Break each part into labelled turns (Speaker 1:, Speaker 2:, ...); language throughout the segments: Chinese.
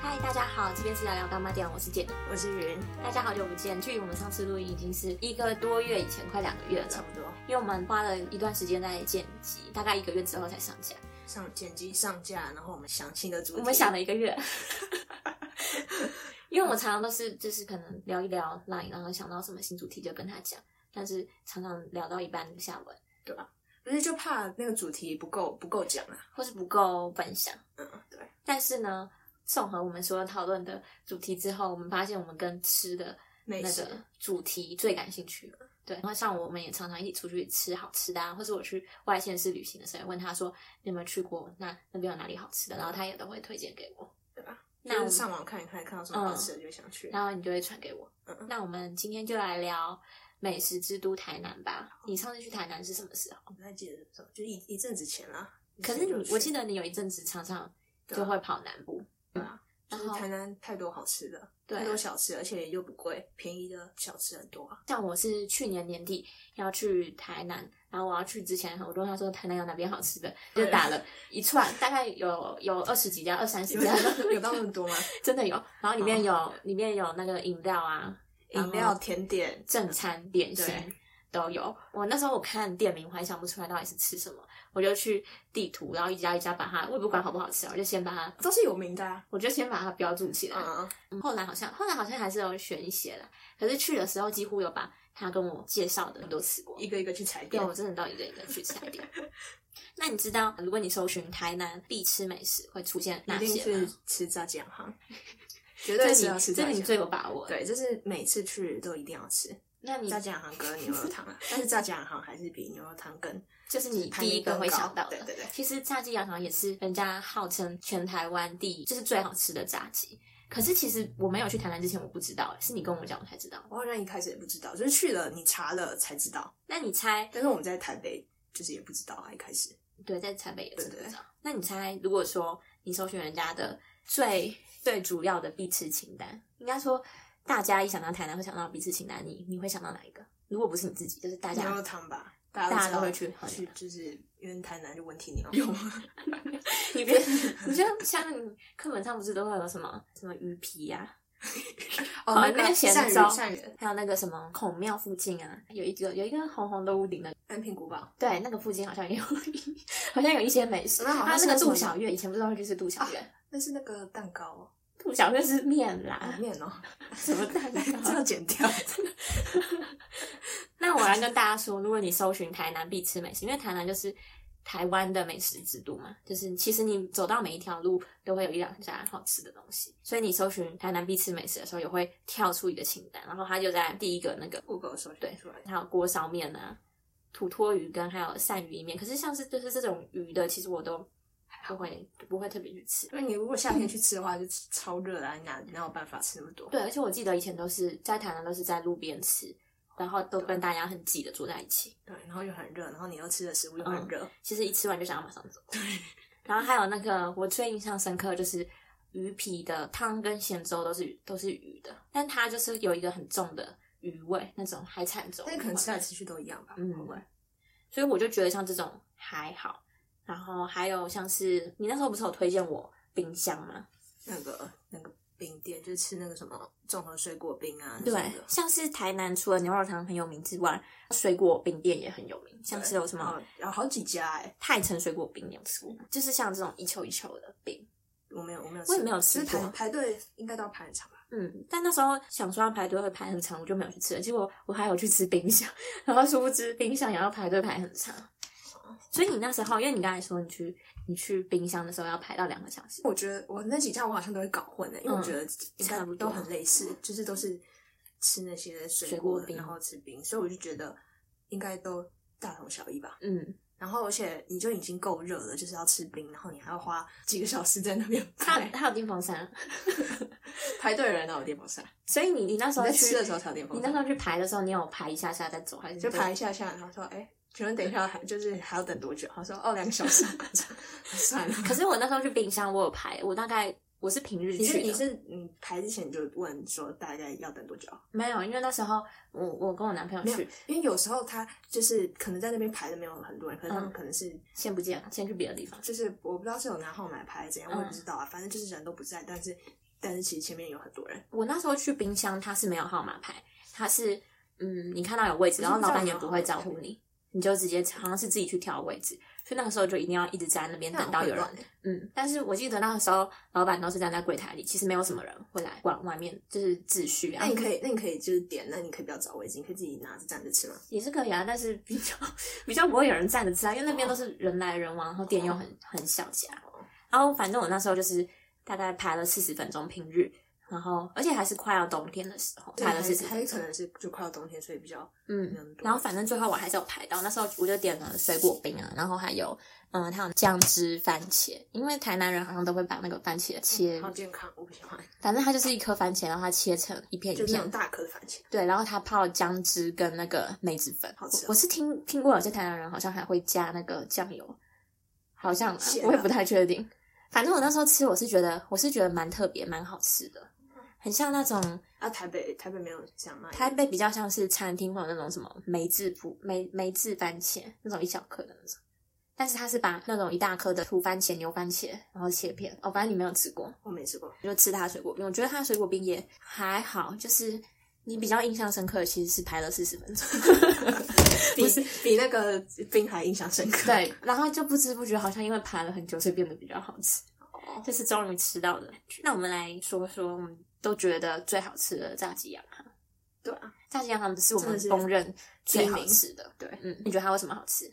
Speaker 1: 嗨，大家好，这边是聊聊干妈店，我是简。
Speaker 2: 我是云，
Speaker 1: 大家好久不见，距离我们上次录音已经是一个多月以前，快两个月
Speaker 2: 差
Speaker 1: 了。
Speaker 2: 不多
Speaker 1: 因为我们花了一段时间在剪辑，大概一个月之后才上架。
Speaker 2: 上剪辑上架，然后我们想新的主题，
Speaker 1: 我们想了一个月，因为我常常都是就是可能聊一聊 Line，然后想到什么新主题就跟他讲，但是常常聊到一半不下文，
Speaker 2: 不是就怕那个主题不够不够讲啊，
Speaker 1: 或是不够分享。
Speaker 2: 嗯，对，
Speaker 1: 但是呢，综合我们所有讨论的主题之后，我们发现我们跟吃的
Speaker 2: 美
Speaker 1: 那
Speaker 2: 食
Speaker 1: 个主题最感兴趣。对，然后像我们也常常一起出去吃好吃的啊，或是我去外县市旅行的时候，也问他说你有没有去过，那那边有哪里好吃的，然后他也都会推荐给我。
Speaker 2: 对吧？
Speaker 1: 那我
Speaker 2: 就是
Speaker 1: 们嗯
Speaker 2: 上网看一看，看到什么好吃的就想去。
Speaker 1: 然后你就会传给我。
Speaker 2: 嗯嗯
Speaker 1: 那我们今天就来聊美食之都台南吧。你上次去台南是什么时候？
Speaker 2: 我不太记得什么，就一一阵子前啦。
Speaker 1: 可是你，我记
Speaker 2: 得
Speaker 1: 得你有一阵子常常
Speaker 2: 对啊
Speaker 1: 就会跑南部，
Speaker 2: 对啊，就
Speaker 1: 然
Speaker 2: 是
Speaker 1: 后
Speaker 2: 台南太多好吃的，
Speaker 1: 对啊
Speaker 2: 太多小吃，而且又不贵，便宜的小吃很 多啊。
Speaker 1: 像我是去年年底要去台南，然后我要去之前，我跟他说台南有哪边好吃的，就
Speaker 2: 对
Speaker 1: 打了一串，大概有有二十几家、二三十
Speaker 2: 有
Speaker 1: 家，
Speaker 2: 到有到哦那么多吗？
Speaker 1: 真的有。然后里面有、里面有那个饮料啊，然后
Speaker 2: 饮料、甜点，
Speaker 1: 正餐、点心
Speaker 2: 对
Speaker 1: 都有。我那时候我看店名，我还想不出来到底是吃什么，我就去地图，然后一家一家把它，我也不管好不好吃，我就先把它，
Speaker 2: 都是有名的啊。
Speaker 1: 我就先把它标注起来。
Speaker 2: 嗯，
Speaker 1: 嗯后来好像后来好像还是有选一些啦，可是去的时候几乎有把他跟我介绍的都吃过。
Speaker 2: 一个一个去踩
Speaker 1: 对，
Speaker 2: 点
Speaker 1: 我。真的到一个一个去踩点。 那你知道，如果你搜寻台南必吃美食，会出现
Speaker 2: 一
Speaker 1: 哪
Speaker 2: 定
Speaker 1: 些
Speaker 2: 是
Speaker 1: 吗？
Speaker 2: 吃炸酱 哈，绝
Speaker 1: 这
Speaker 2: 对
Speaker 1: 是
Speaker 2: 是
Speaker 1: 你
Speaker 2: 要吃炸
Speaker 1: 这
Speaker 2: 酱
Speaker 1: 是你。最有把握。，
Speaker 2: 对，这是每次去都一定要吃
Speaker 1: 那你
Speaker 2: 炸酱行跟牛肉汤 啊，但是炸酱行还是比牛肉汤更
Speaker 1: 这是你
Speaker 2: 排
Speaker 1: 第一
Speaker 2: 名
Speaker 1: 个
Speaker 2: 更
Speaker 1: 会
Speaker 2: 高
Speaker 1: 想到的。
Speaker 2: 对对对，
Speaker 1: 其实炸鸡洋行也是人家号称全台湾第一，就是最好吃的炸鸡。可是其实我没有去台南之前，我不知道，欸是你跟我讲我才知道。
Speaker 2: 我好像一开始也不知道，就是去了你查了才知道，
Speaker 1: 那你猜，
Speaker 2: 但是我们在台北就是也不知道啊，一开始
Speaker 1: 对，在台北也是不
Speaker 2: 对对
Speaker 1: 知道。那你猜，如果说你搜寻人家的最最主要的必吃清单，应该说大家一想到台南会想到必吃清单，你你会想到哪一个？如果不是你自己，就是大
Speaker 2: 牛
Speaker 1: 家
Speaker 2: 肉汤吧，大
Speaker 1: 大
Speaker 2: 家
Speaker 1: 家都
Speaker 2: 知道
Speaker 1: 会去喝
Speaker 2: 去，就是因为台南就问题你要 用，
Speaker 1: 你别，你像像你课本上不是都会有什么什么鱼皮呀、
Speaker 2: 哦
Speaker 1: 好那
Speaker 2: 个
Speaker 1: 个咸
Speaker 2: 鳝鱼
Speaker 1: 粥
Speaker 2: 鳝鱼
Speaker 1: 还有那个什么孔庙附近啊，有一个有一个红红的屋顶的，
Speaker 2: 安平古堡，
Speaker 1: 对，那个附近好像也有，好像有一些美食。
Speaker 2: 那好像
Speaker 1: 啊
Speaker 2: 是
Speaker 1: 那个
Speaker 2: 什
Speaker 1: 杜
Speaker 2: 么啊
Speaker 1: 小月，以前不知道会去吃杜小月，
Speaker 2: 那是那个蛋糕哦
Speaker 1: 杜小月是面
Speaker 2: 哦
Speaker 1: 啦，
Speaker 2: 面哦，
Speaker 1: 什 么啊蛋
Speaker 2: 这
Speaker 1: 糕？
Speaker 2: 要剪掉，
Speaker 1: 那我来跟大家说，如果你搜寻台南必吃美食，因为台南就是台湾的美食之都嘛，就是其实你走到每一条路都会有一两家好吃的东西，所以你搜寻台南必吃美食的时候，也会跳出一个清单，然后它就在第一个那个
Speaker 2: 酷狗首
Speaker 1: 对
Speaker 2: 选出来，
Speaker 1: 还有锅烧面啊、土托鱼羹，还有鳝鱼意面。可是像是就是这种鱼的，其实我都不会不会特别去吃。
Speaker 2: 因为你如果夏天去吃的话，就吃超热啊，你哪哪有办法吃那么多？
Speaker 1: 对，而且我记得以前都是在台南都是在路边吃，然后都跟大家很挤的坐在一起。
Speaker 2: 对，然后又很热，然后你又吃的食物又很热，
Speaker 1: 其实一吃完就想要马上走。 然后还有那个我最印象深刻就是鱼皮的汤跟咸粥都是鱼都是鱼的，但它就是有一个很重的鱼味，那种海产粥。
Speaker 2: 但是可能吃来吃去都一样吧，
Speaker 1: 嗯
Speaker 2: 会不会？
Speaker 1: 所以我就觉得像这种还好。然后还有像是你那时候不是有推荐我冰箱吗？
Speaker 2: 那个那个冰店，就是吃那个什么综合水果冰啊，
Speaker 1: 对
Speaker 2: 什么的，
Speaker 1: 像是台南除了牛肉汤很有名之外，水果冰店也很有名，像是有什么
Speaker 2: 哦，然后好几家哎、
Speaker 1: 泰城水果冰，你有吃过吗？就是像这种一球一球的冰。
Speaker 2: 我没有我没有吃，
Speaker 1: 我也没有吃
Speaker 2: 就是
Speaker 1: 过
Speaker 2: 排排队应该都要排很长吧？
Speaker 1: 嗯，但那时候想说要排队会排很长，我就没有去吃了。结果我还有去吃冰箱，然后殊不知冰箱也要排队排很长。所以你那时候，因为你刚才说你去你去冰箱的时候要排到两个小时，
Speaker 2: 我觉得我那几家我好像都会搞混欸的、因为我觉得
Speaker 1: 嗯
Speaker 2: 应
Speaker 1: 差
Speaker 2: 该
Speaker 1: 不多
Speaker 2: 都很类似，就是都是吃那些水
Speaker 1: 水果
Speaker 2: 果的
Speaker 1: 冰
Speaker 2: 然后吃冰，所以我就觉得应该都大同小异吧。
Speaker 1: 嗯，
Speaker 2: 然后而且你就已经够热了，就是要吃冰，然后你还要花几个小时在那边
Speaker 1: 它
Speaker 2: 排
Speaker 1: 它有电风扇，
Speaker 2: 排队的人哪有电风扇？
Speaker 1: 啊所以你你那时
Speaker 2: 你
Speaker 1: 候
Speaker 2: 在
Speaker 1: 去
Speaker 2: 吃的时候才有电
Speaker 1: 你
Speaker 2: 风
Speaker 1: 那
Speaker 2: 扇
Speaker 1: 时。候去排的时候，你有排一下下再走，还是
Speaker 2: 就排一下下，然后说：“哎、请问等一下还就是还要等多久？”他说：“哦，两个小时。” 算了。
Speaker 1: 可是我那时候去冰箱，我有排，我大概我是平日
Speaker 2: 你是
Speaker 1: 去
Speaker 2: 你
Speaker 1: 的，
Speaker 2: 是你排之前就问说大概要等多久？
Speaker 1: 没有，因为那时候我我跟我男朋友
Speaker 2: 没有
Speaker 1: 去，，
Speaker 2: 因为有时候他就是可能在那边排的没有很多人，可是他们
Speaker 1: 嗯
Speaker 2: 可能是、
Speaker 1: 先不见，先去别的地方。
Speaker 2: 就是我不知道是有拿号码牌还是怎样，我也
Speaker 1: 嗯
Speaker 2: 不知道啊。反正就是人都不在，但是但是其实前面有很多人，
Speaker 1: 我那时候去冰箱，它是没有号码牌，它是嗯，你看到有位置，然后老板也不会招呼你，你就直接好像是自己去挑位置，所以那个时候就一定要一直在那边等到有
Speaker 2: 那
Speaker 1: 人
Speaker 2: 很。混乱欸
Speaker 1: 嗯，但是我记得那个时候老板都是站在柜台里，其实没有什么人会来管外面就是秩序啊。
Speaker 2: 那你可以，那你可以就是点，那你可以不要找位置，你可以自己拿着站着吃嘛。
Speaker 1: 也是可以啊，但是比较比较不会有人站着吃啊，因为那边都是人来人往，然后店又很很小家。然后反正我那时候就是大概排了四十分钟平日，然后而且还是快要冬天的时候
Speaker 2: 对
Speaker 1: 排了四十
Speaker 2: 还还
Speaker 1: 分
Speaker 2: 可
Speaker 1: 钟，
Speaker 2: 能是就快要冬天，所以比较
Speaker 1: 嗯。
Speaker 2: 人多。
Speaker 1: 然后反正最后我还是有排到，那时候我就点了水果冰啊，然后还有嗯，它有酱汁番茄，因为台南人好像都会把那个番茄切，
Speaker 2: 嗯好健康，我不喜欢，
Speaker 1: 反正它就是一颗番茄，然后它切成一片一
Speaker 2: 就那种
Speaker 1: 片，
Speaker 2: 大颗的番茄。
Speaker 1: 对，然后它泡姜汁跟那个梅子粉，
Speaker 2: 好吃哦
Speaker 1: 我我是听听过有些台南人好像还会加那个酱油，好像啊
Speaker 2: 咸啊
Speaker 1: 我也不太确定。反正我那时候吃，我是觉得我是觉得蛮特别，蛮好吃的，很像那种
Speaker 2: 啊，台北台北没有这样卖，
Speaker 1: 台北比较像是餐厅会有那种什么梅子脯、梅梅子番茄那种一小颗的那种，但是它是把那种一大颗的土番茄、牛番茄然后切片。哦，反正你没有吃过，
Speaker 2: 我没吃 过。
Speaker 1: 就吃它的水果冰。我觉得它的水果冰也还好，就是你比较印象深刻的其实是排了四十分钟。
Speaker 2: 比比那个冰还印象深刻。
Speaker 1: 对，然后就不知不觉好像因为排了很久，所以变得比较好吃，
Speaker 2: 哦，
Speaker 1: 这是终于吃到的感觉。那我们来说说我们都觉得最好吃的炸鸡洋行。
Speaker 2: 对啊，
Speaker 1: 炸鸡洋行是我们
Speaker 2: 真的
Speaker 1: 公
Speaker 2: 是
Speaker 1: 认
Speaker 2: 第一
Speaker 1: 最好
Speaker 2: 名
Speaker 1: 吃的。
Speaker 2: 对
Speaker 1: 嗯，你觉得它为什么好吃？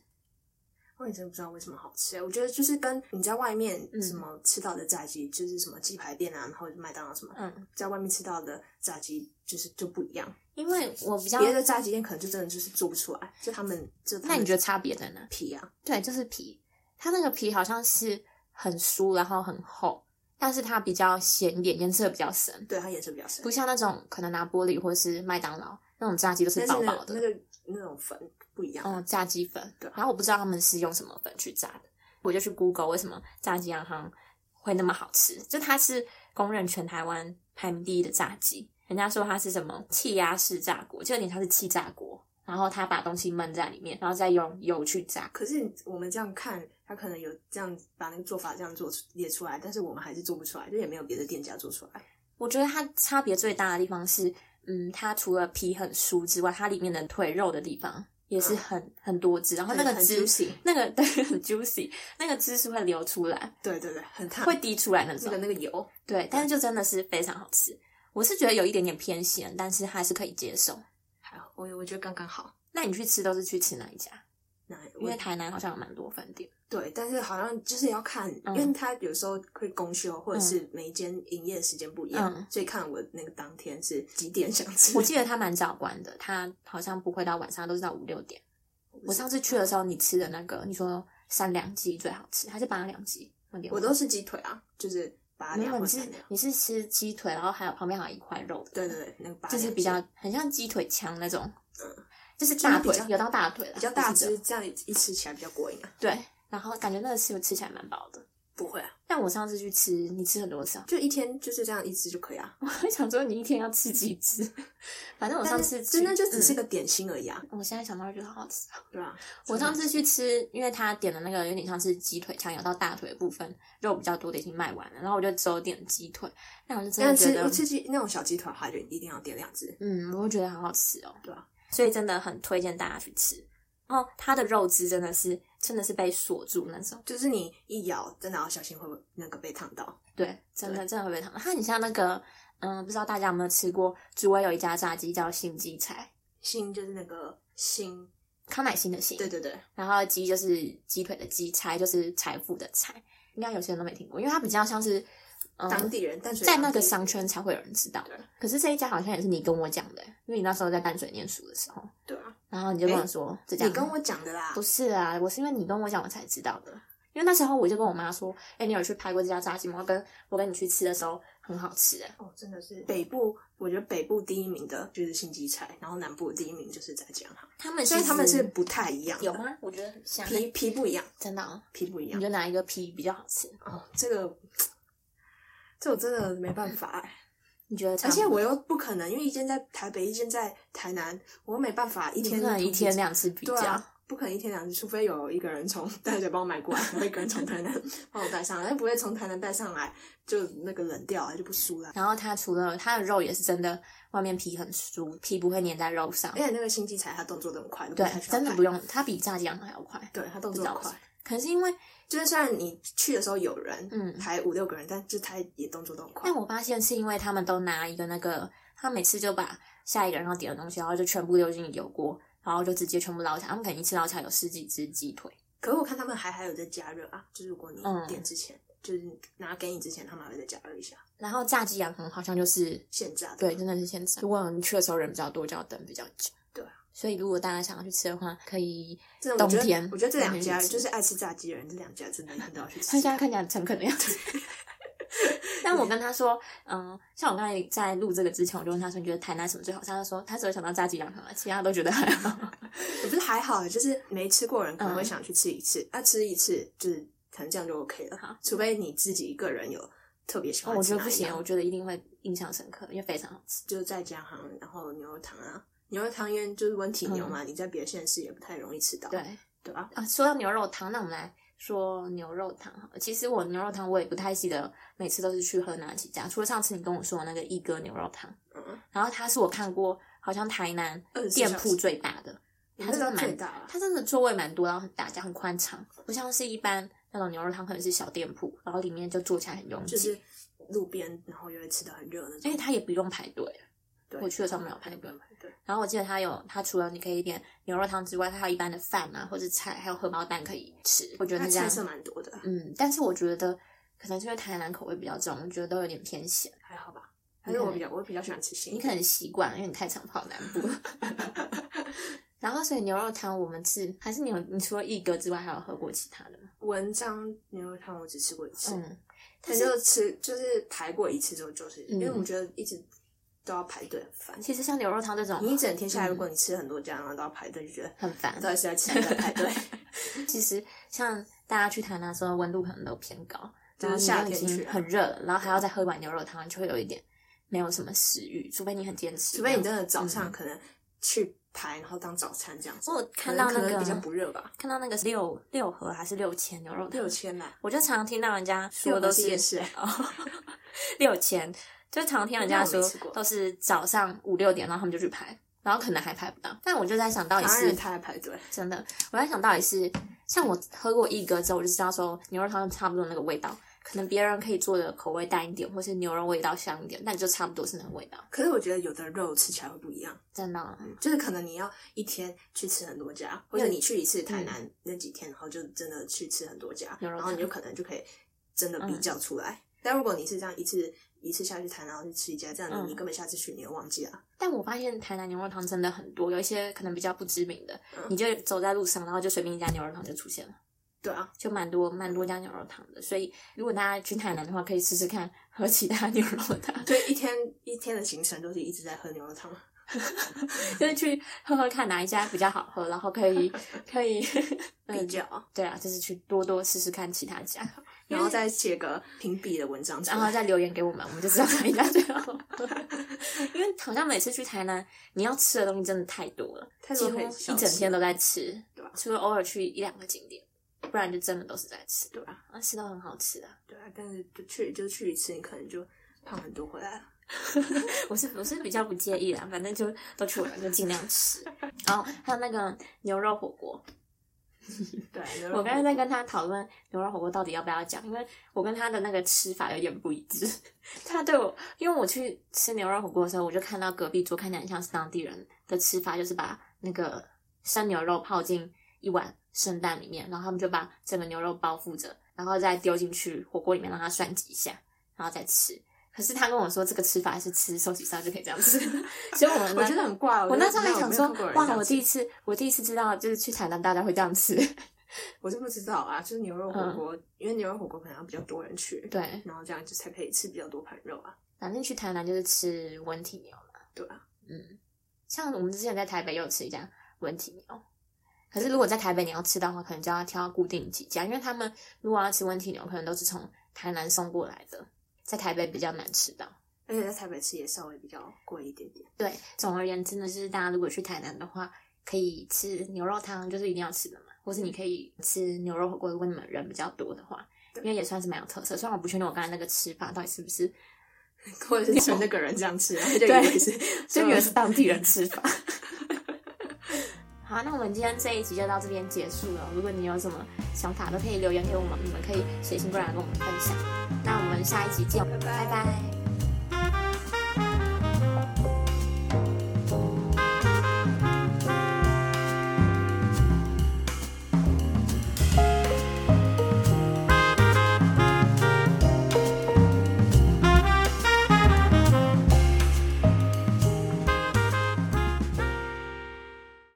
Speaker 2: 我也真的不知道为什么好吃。我觉得就是跟你在外面
Speaker 1: 嗯
Speaker 2: 什么吃到的炸鸡，就是什么鸡排店啊，然后麦当劳什么，
Speaker 1: 嗯，
Speaker 2: 在外面吃到的炸鸡就是就不一样。
Speaker 1: 因为我比较……
Speaker 2: 别的炸鸡店可能就真的就是做不出来，就他们就他们
Speaker 1: 那你觉得差别在哪？
Speaker 2: 皮啊？
Speaker 1: 对，就是皮，它那个皮好像是很酥，然后很厚，但是它比较显眼，颜色比较深，
Speaker 2: 对，它颜色比较深
Speaker 1: 不，像那种可能拿玻璃或是麦当劳那种炸鸡都是
Speaker 2: 但
Speaker 1: 薄
Speaker 2: 是
Speaker 1: 薄
Speaker 2: 那
Speaker 1: 的。
Speaker 2: 那个那种粉不一样。
Speaker 1: 嗯，炸鸡粉。
Speaker 2: 对
Speaker 1: 然后我不知道他们是用什么粉去炸的，我就去 Google 为什么炸鸡洋行会那么好吃，就它是公认全台湾排名第一的炸鸡，人家说它是什么气压式炸锅，就有点像是气炸锅，然后他把东西焖在里面，然后再用油去炸。
Speaker 2: 可是我们这样看，他可能有这样把那个做法这样做出列出来，但是我们还是做不出来，就也没有别的店家做出来。
Speaker 1: 我觉得它差别最大的地方是，嗯，它除了皮很酥之外，它里面的腿肉的地方也是很、很多汁，然后那个
Speaker 2: 嗯很很
Speaker 1: 汁
Speaker 2: juicy
Speaker 1: 那个 对很 juicy，那个汁是会流出来，
Speaker 2: 对对对，很烫，
Speaker 1: 会滴出来那种。
Speaker 2: 嗯那个那个油，
Speaker 1: 对，
Speaker 2: 嗯
Speaker 1: 但是就真的是非常好吃。我是觉得有一点点偏咸，但是还是可以接受。
Speaker 2: 还好，我我觉得刚刚好。
Speaker 1: 那你去吃都是去吃哪一家？
Speaker 2: 那
Speaker 1: 因
Speaker 2: 因
Speaker 1: 为
Speaker 2: 为
Speaker 1: 台南好像有蛮多饭店。
Speaker 2: 对，但是好像就是要看，
Speaker 1: 嗯
Speaker 2: 因为它有时候会公休，或者是每一间营业时间不一样，
Speaker 1: 嗯
Speaker 2: 所以看我那个当天是几点想吃。
Speaker 1: 我记得它蛮早关的，它好像不会到晚上，都是到五六点。我上次去的时候，你吃的那个，你说三两鸡最好吃，还是八两鸡？我有点
Speaker 2: 我
Speaker 1: 忘
Speaker 2: 都是鸡腿啊，就是八
Speaker 1: 没
Speaker 2: 两
Speaker 1: 有，
Speaker 2: 或
Speaker 1: 你
Speaker 2: 者
Speaker 1: 是
Speaker 2: 三两，
Speaker 1: 你是吃鸡腿，然后还有旁边还有一块肉的，
Speaker 2: 对对对，那个八
Speaker 1: 就是
Speaker 2: 两
Speaker 1: 比较
Speaker 2: 鸡
Speaker 1: 很像鸡腿肠那种，
Speaker 2: 嗯
Speaker 1: 就是
Speaker 2: 就是
Speaker 1: 大
Speaker 2: 比
Speaker 1: 腿
Speaker 2: 较
Speaker 1: 有到大腿啦
Speaker 2: 比较
Speaker 1: 不
Speaker 2: 大
Speaker 1: 是只有
Speaker 2: 只，这样一吃起来比较过瘾啊。
Speaker 1: 对，然后感觉那个吃吃起来蛮饱的。
Speaker 2: 不会啊，
Speaker 1: 但我上次去吃，你吃很多次啊？
Speaker 2: 就一天就是这样一吃就可以啊。
Speaker 1: 我还想说你一天要吃几只？反正我上
Speaker 2: 但
Speaker 1: 次
Speaker 2: 是
Speaker 1: 去
Speaker 2: 真的就只是、
Speaker 1: 嗯
Speaker 2: 个点心而已啊，
Speaker 1: 我现在想到就觉得好好吃啊。
Speaker 2: 对吧？
Speaker 1: 我上
Speaker 2: 真的
Speaker 1: 次去吃，因为他点的那个有点像是鸡腿肠，有到大腿的部分肉比较多的已经卖完了，然后我就只有点鸡腿，那我就真的
Speaker 2: 但
Speaker 1: 觉
Speaker 2: 吃
Speaker 1: 得
Speaker 2: 我，吃鸡那种小鸡腿的话，就一定要点两只。
Speaker 1: 嗯，我会觉得好好吃哦。
Speaker 2: 对啊，
Speaker 1: 所以真的很推荐大家去吃。然后它的肉汁真的是真的是被锁住那种，
Speaker 2: 就是你一咬，真的要小心会不会那个被烫到。
Speaker 1: 对，真的真的会被烫到。它很像那个，嗯，不知道大家有没有吃过，竹围有一家炸鸡叫新鸡菜，
Speaker 2: 心就是那个心，
Speaker 1: 康乃馨的馨，
Speaker 2: 对对对，
Speaker 1: 然后鸡就是鸡腿的鸡，财就是财富的财，应该有些人都没听过，因为它比较像是、呃、
Speaker 2: 当地人，淡水
Speaker 1: 在那个
Speaker 2: 当
Speaker 1: 商
Speaker 2: 地人
Speaker 1: 圈才会有人知道
Speaker 2: 对。
Speaker 1: 可是这一家好像也是你跟我讲的，因为你那时候在淡水念书的时候，
Speaker 2: 对啊，
Speaker 1: 然后你就跟我说、这家
Speaker 2: 你跟我讲的啦
Speaker 1: 不，是啊，我是因为你跟我讲我才知道的。因为那时候我就跟我妈说：“哎、你有去拍过这家炸鸡吗？我跟我跟你去吃的时候很好吃哎。
Speaker 2: 哦，真的是北部，我觉得北部第一名的就是新鸡菜，然后南部第一名就是炸酱哈，”
Speaker 1: 他们
Speaker 2: 所以
Speaker 1: 其
Speaker 2: 他们
Speaker 1: 实
Speaker 2: 是不太一样的，
Speaker 1: 有吗？我觉得很像
Speaker 2: 皮皮不一样，
Speaker 1: 真的、哦，
Speaker 2: 皮不一
Speaker 1: 你觉
Speaker 2: 样。
Speaker 1: 得哪一个皮比较好吃？
Speaker 2: 哦，这个这我真的没办法哎。
Speaker 1: 你觉得差
Speaker 2: 而
Speaker 1: 不多？
Speaker 2: 且我又不可能，因为一间在台北，一间在台南，我又没办法一
Speaker 1: 你
Speaker 2: 天
Speaker 1: 不可能一
Speaker 2: 同时
Speaker 1: 天两次比
Speaker 2: 对
Speaker 1: 较
Speaker 2: 啊。不可能一天两只，除非有一个人从淡水帮我买过来， 然后一个人从台南帮我带上来，但不会从台南带上来就那个冷掉了，就不酥了。
Speaker 1: 然后它除了它的肉也是真的，外面皮很酥，皮不会粘在肉上
Speaker 2: 而。且那个新鸡才它动作都很快，都不
Speaker 1: 对
Speaker 2: 太，需要
Speaker 1: 真的
Speaker 2: 看
Speaker 1: 不，用，它比炸鸡羊还要快。
Speaker 2: 对它动
Speaker 1: 不知
Speaker 2: 作
Speaker 1: 道为
Speaker 2: 很
Speaker 1: 什
Speaker 2: 快
Speaker 1: 么。，可能是因为
Speaker 2: 就是虽然你去的时候有人，
Speaker 1: 嗯哎
Speaker 2: 才五六个人，但就他也动作都很快
Speaker 1: 但。我发现是因为他们都拿一个那个，他每次就把下一个人要点的东西，然后就全部丢进油锅，然后就直接全部捞起来。他们肯定一次捞起来有十几只鸡腿，
Speaker 2: 可是我看他们还还有在加热啊，就是如果你
Speaker 1: 嗯
Speaker 2: 点之前，就是拿给你之前，他们还会再加热一下，啊
Speaker 1: 然后炸鸡羊好像就是
Speaker 2: 现炸的。
Speaker 1: 对，真的是现在。如果你去的时候人比较多，就要等比较久。
Speaker 2: 对啊，
Speaker 1: 所以如果大家想要去吃的话，可以
Speaker 2: 真的，
Speaker 1: 冬
Speaker 2: 我觉
Speaker 1: 天
Speaker 2: 得我觉得这两
Speaker 1: 冬天
Speaker 2: 家
Speaker 1: 去吃
Speaker 2: 就是爱吃炸鸡的人，这两家真的一定都要去
Speaker 1: 他
Speaker 2: 吃
Speaker 1: 现。在看起来很诚恳的样子。 但我跟他说，嗯，像我刚才在录这个之前，我就问他说，你觉得台南什么最好吃？他就说他只会想到炸鸡羊肠，其他都觉得还 好。
Speaker 2: 也不是还好，欸就是没吃过的人可能会
Speaker 1: 嗯
Speaker 2: 想去吃一次，那、吃一次就是可能这样就 OK
Speaker 1: 好
Speaker 2: 了，除非你自己一个人有特别喜欢
Speaker 1: 哦我
Speaker 2: 吃
Speaker 1: 觉
Speaker 2: 哪一样、
Speaker 1: 得不行，我觉得一定会印象深刻，因为非常好吃。
Speaker 2: 就是在家行，然后牛肉汤啊，牛肉汤因为就是温体牛嘛，你在别的县市也不太容易吃到，
Speaker 1: 嗯对
Speaker 2: 对吧？
Speaker 1: 啊，说到牛肉汤，那我们来说牛肉汤好了。其实我牛肉汤我也不太记得，每次都是去喝哪几家，除了上次你跟我说的那个一哥牛肉汤，
Speaker 2: 嗯，
Speaker 1: 然后它是我看过好像台南
Speaker 2: 24
Speaker 1: 店
Speaker 2: 小时
Speaker 1: 铺最大的，它真
Speaker 2: 这
Speaker 1: 的
Speaker 2: 个最
Speaker 1: 蛮
Speaker 2: 大啊了，
Speaker 1: 它真的座位蛮多，然后很大家很宽敞，不像是一般那种牛肉汤可能是小店铺，然后里面就坐起来很拥挤，
Speaker 2: 就是路边，然后又会吃的很热那
Speaker 1: 因
Speaker 2: 种
Speaker 1: 为。它也不用排队。
Speaker 2: 对
Speaker 1: 哎
Speaker 2: 嗯
Speaker 1: 我去的时候没有排队，
Speaker 2: 对，
Speaker 1: 然后我记得它有，它除了你可以点牛肉汤之外，它还有一般的饭啊，或者菜，还有荷包蛋可以吃。我觉得
Speaker 2: 它
Speaker 1: 那家
Speaker 2: 菜色蛮多的，
Speaker 1: 嗯，但是我觉得可能是因为台南口味比较重，我觉得都有点偏咸。
Speaker 2: 还好吧？还是我比较我比较喜欢吃咸
Speaker 1: 你
Speaker 2: 一
Speaker 1: 可
Speaker 2: 点。
Speaker 1: 能习惯了，因为你太常跑南部。 然后，所以牛肉汤我们吃，还是你有你除了一哥之外，还有喝过其他的吗？
Speaker 2: 文章牛肉汤我只吃过一次，
Speaker 1: 嗯，
Speaker 2: 他就吃就是排过一次之后，就是、因为
Speaker 1: 嗯
Speaker 2: 我觉得一直都要排队很烦。
Speaker 1: 其实像牛肉汤这种，
Speaker 2: 你一整天下来，
Speaker 1: 嗯
Speaker 2: 如果你吃很多家，然后都要排队，就觉得
Speaker 1: 很烦。
Speaker 2: 到底是在吃还是在排 队？
Speaker 1: 其实像大家去台南的时候，温度可能都偏高，
Speaker 2: 就
Speaker 1: 然
Speaker 2: 是
Speaker 1: 后你
Speaker 2: 夏
Speaker 1: 又已
Speaker 2: 天去
Speaker 1: 经
Speaker 2: 啊
Speaker 1: 很热了，然后还要再喝碗牛肉汤，就会有一点没有什么食欲，除非你很坚持。
Speaker 2: 除非你真的早上可能去排，然后当早餐这样子。
Speaker 1: 嗯我有看到那
Speaker 2: 可能
Speaker 1: 个
Speaker 2: 比较不热吧，
Speaker 1: 看到那个六六盒还是 六千牛肉汤
Speaker 2: 六，千啦，
Speaker 1: 我就常听到人家说
Speaker 2: 的
Speaker 1: 都
Speaker 2: 是
Speaker 1: 是哦
Speaker 2: 夜市欸，
Speaker 1: 六千，就常听人家说
Speaker 2: 那我没吃过
Speaker 1: 都是早上五六点，然后他们就去排，然后可能还排不到。但我就在想到底
Speaker 2: 当
Speaker 1: 是
Speaker 2: 然他在排队，
Speaker 1: 真的，我在想到底是像我喝过一格之后，我就知道说牛肉汤差不多那个味道，可能别人可以做的口味淡一点，或是牛肉味道香一点，但就差不多是那个味道。
Speaker 2: 可是我觉得有的肉吃起来会不一样，
Speaker 1: 真的啊，
Speaker 2: 就是可能你要一天去吃很多家，
Speaker 1: 嗯
Speaker 2: 或者你去一次台南那几天，然后就真的去吃很多家，
Speaker 1: 牛肉
Speaker 2: 然
Speaker 1: 汤嗯
Speaker 2: 后你就可能就可以真的比较出来。但如果你是这样一次一次下去台南，然后去吃一家，这样
Speaker 1: 嗯
Speaker 2: 你、你根本下次去你又忘记了。
Speaker 1: 但我发现台南牛肉汤真的很多，有一些可能比较不知名的，
Speaker 2: 嗯
Speaker 1: 你就走在路上，然后就随便一家牛肉汤就出现了。
Speaker 2: 对啊，
Speaker 1: 就蛮多蛮多家牛肉汤的，所以如果大家去台南的话，可以试试看喝其他 牛肉汤，
Speaker 2: 所以一天一天的行程都是一直在喝牛肉汤。
Speaker 1: 就是去喝喝看哪一家比较好喝，然后可以可以
Speaker 2: 比
Speaker 1: 嗯，
Speaker 2: 较，
Speaker 1: 对啊，就是去多多试试看其他家，
Speaker 2: 然后再写个评比的文章出
Speaker 1: 然后
Speaker 2: 来。
Speaker 1: 再留言给我们，我们就知道哪一家最好喝。 因为好像每次去台南，你要吃的东西真的太多了，
Speaker 2: 太
Speaker 1: 几
Speaker 2: 多
Speaker 1: 乎
Speaker 2: 可以
Speaker 1: 一整天都在吃，
Speaker 2: 对啊
Speaker 1: 除了偶尔去一两个景点，不然就真的都是在吃，
Speaker 2: 对啊，
Speaker 1: 啊，吃到很好吃啊。
Speaker 2: 对啊，但是就去就去一次，你可能就胖很多回来了。
Speaker 1: 我是我是比较不介意啦，反正就都去玩，就尽量吃。 然后还有那个牛肉火锅，
Speaker 2: 对，啊牛肉
Speaker 1: 我刚才在跟他讨论牛肉火锅到底要不要讲，因为我跟他的那个吃法有点不一致。 他对我，因为我去吃牛肉火锅的时候，我就看到隔壁桌看起来很像是当地人的吃法，就是把那个生牛肉泡进一碗生蛋里面，然后他们就把整个牛肉包覆着，然后再丢进去火锅里面让它涮几下，然后再吃。可是他跟我说，这个吃法是吃寿喜烧就可以这样吃， 所以我们
Speaker 2: 我
Speaker 1: 呢
Speaker 2: 觉得很怪哦。
Speaker 1: 我那时候还
Speaker 2: 没有
Speaker 1: 想
Speaker 2: 没有
Speaker 1: 说
Speaker 2: 看过有，人这
Speaker 1: 哇，
Speaker 2: 样
Speaker 1: 我
Speaker 2: 吃
Speaker 1: 第一次，我第一次知道，就是去台南大家会这样吃。
Speaker 2: 我是不知道啊，就是牛肉火锅，因为牛肉火锅可能要比较多人去，
Speaker 1: 嗯对，
Speaker 2: 然后这样就才可以吃比较多盘肉啊。
Speaker 1: 反正去台南就是吃温体牛嘛。
Speaker 2: 对啊，
Speaker 1: 嗯，像我们之前在台北也有吃一家温体牛，可是如果在台北你要吃到的话，可能就要挑固定几家，因为他们如果要吃温体牛，可能都是从台南送过来的，在台北比较难吃到。
Speaker 2: 而且在台北吃也稍微比较贵一点点。
Speaker 1: 对，总而言之呢，就是大家如果去台南的话，可以吃牛肉汤，就是一定要吃的嘛，或是你可以吃牛肉火锅，如果你们人比较多的话，因为也算是蛮有特色。虽然我不确定我刚才那个吃法到底是不是，
Speaker 2: 或者是纯那个人这样吃，然后就以
Speaker 1: 对
Speaker 2: 为是，
Speaker 1: 就以为是当地人吃法。 好，那我们今天这一集就到这边结束了。如果你有什么想法，都可以留言给我们，你们可以写信过来跟我们分享。那我们下一集见，
Speaker 2: 拜拜
Speaker 1: 拜拜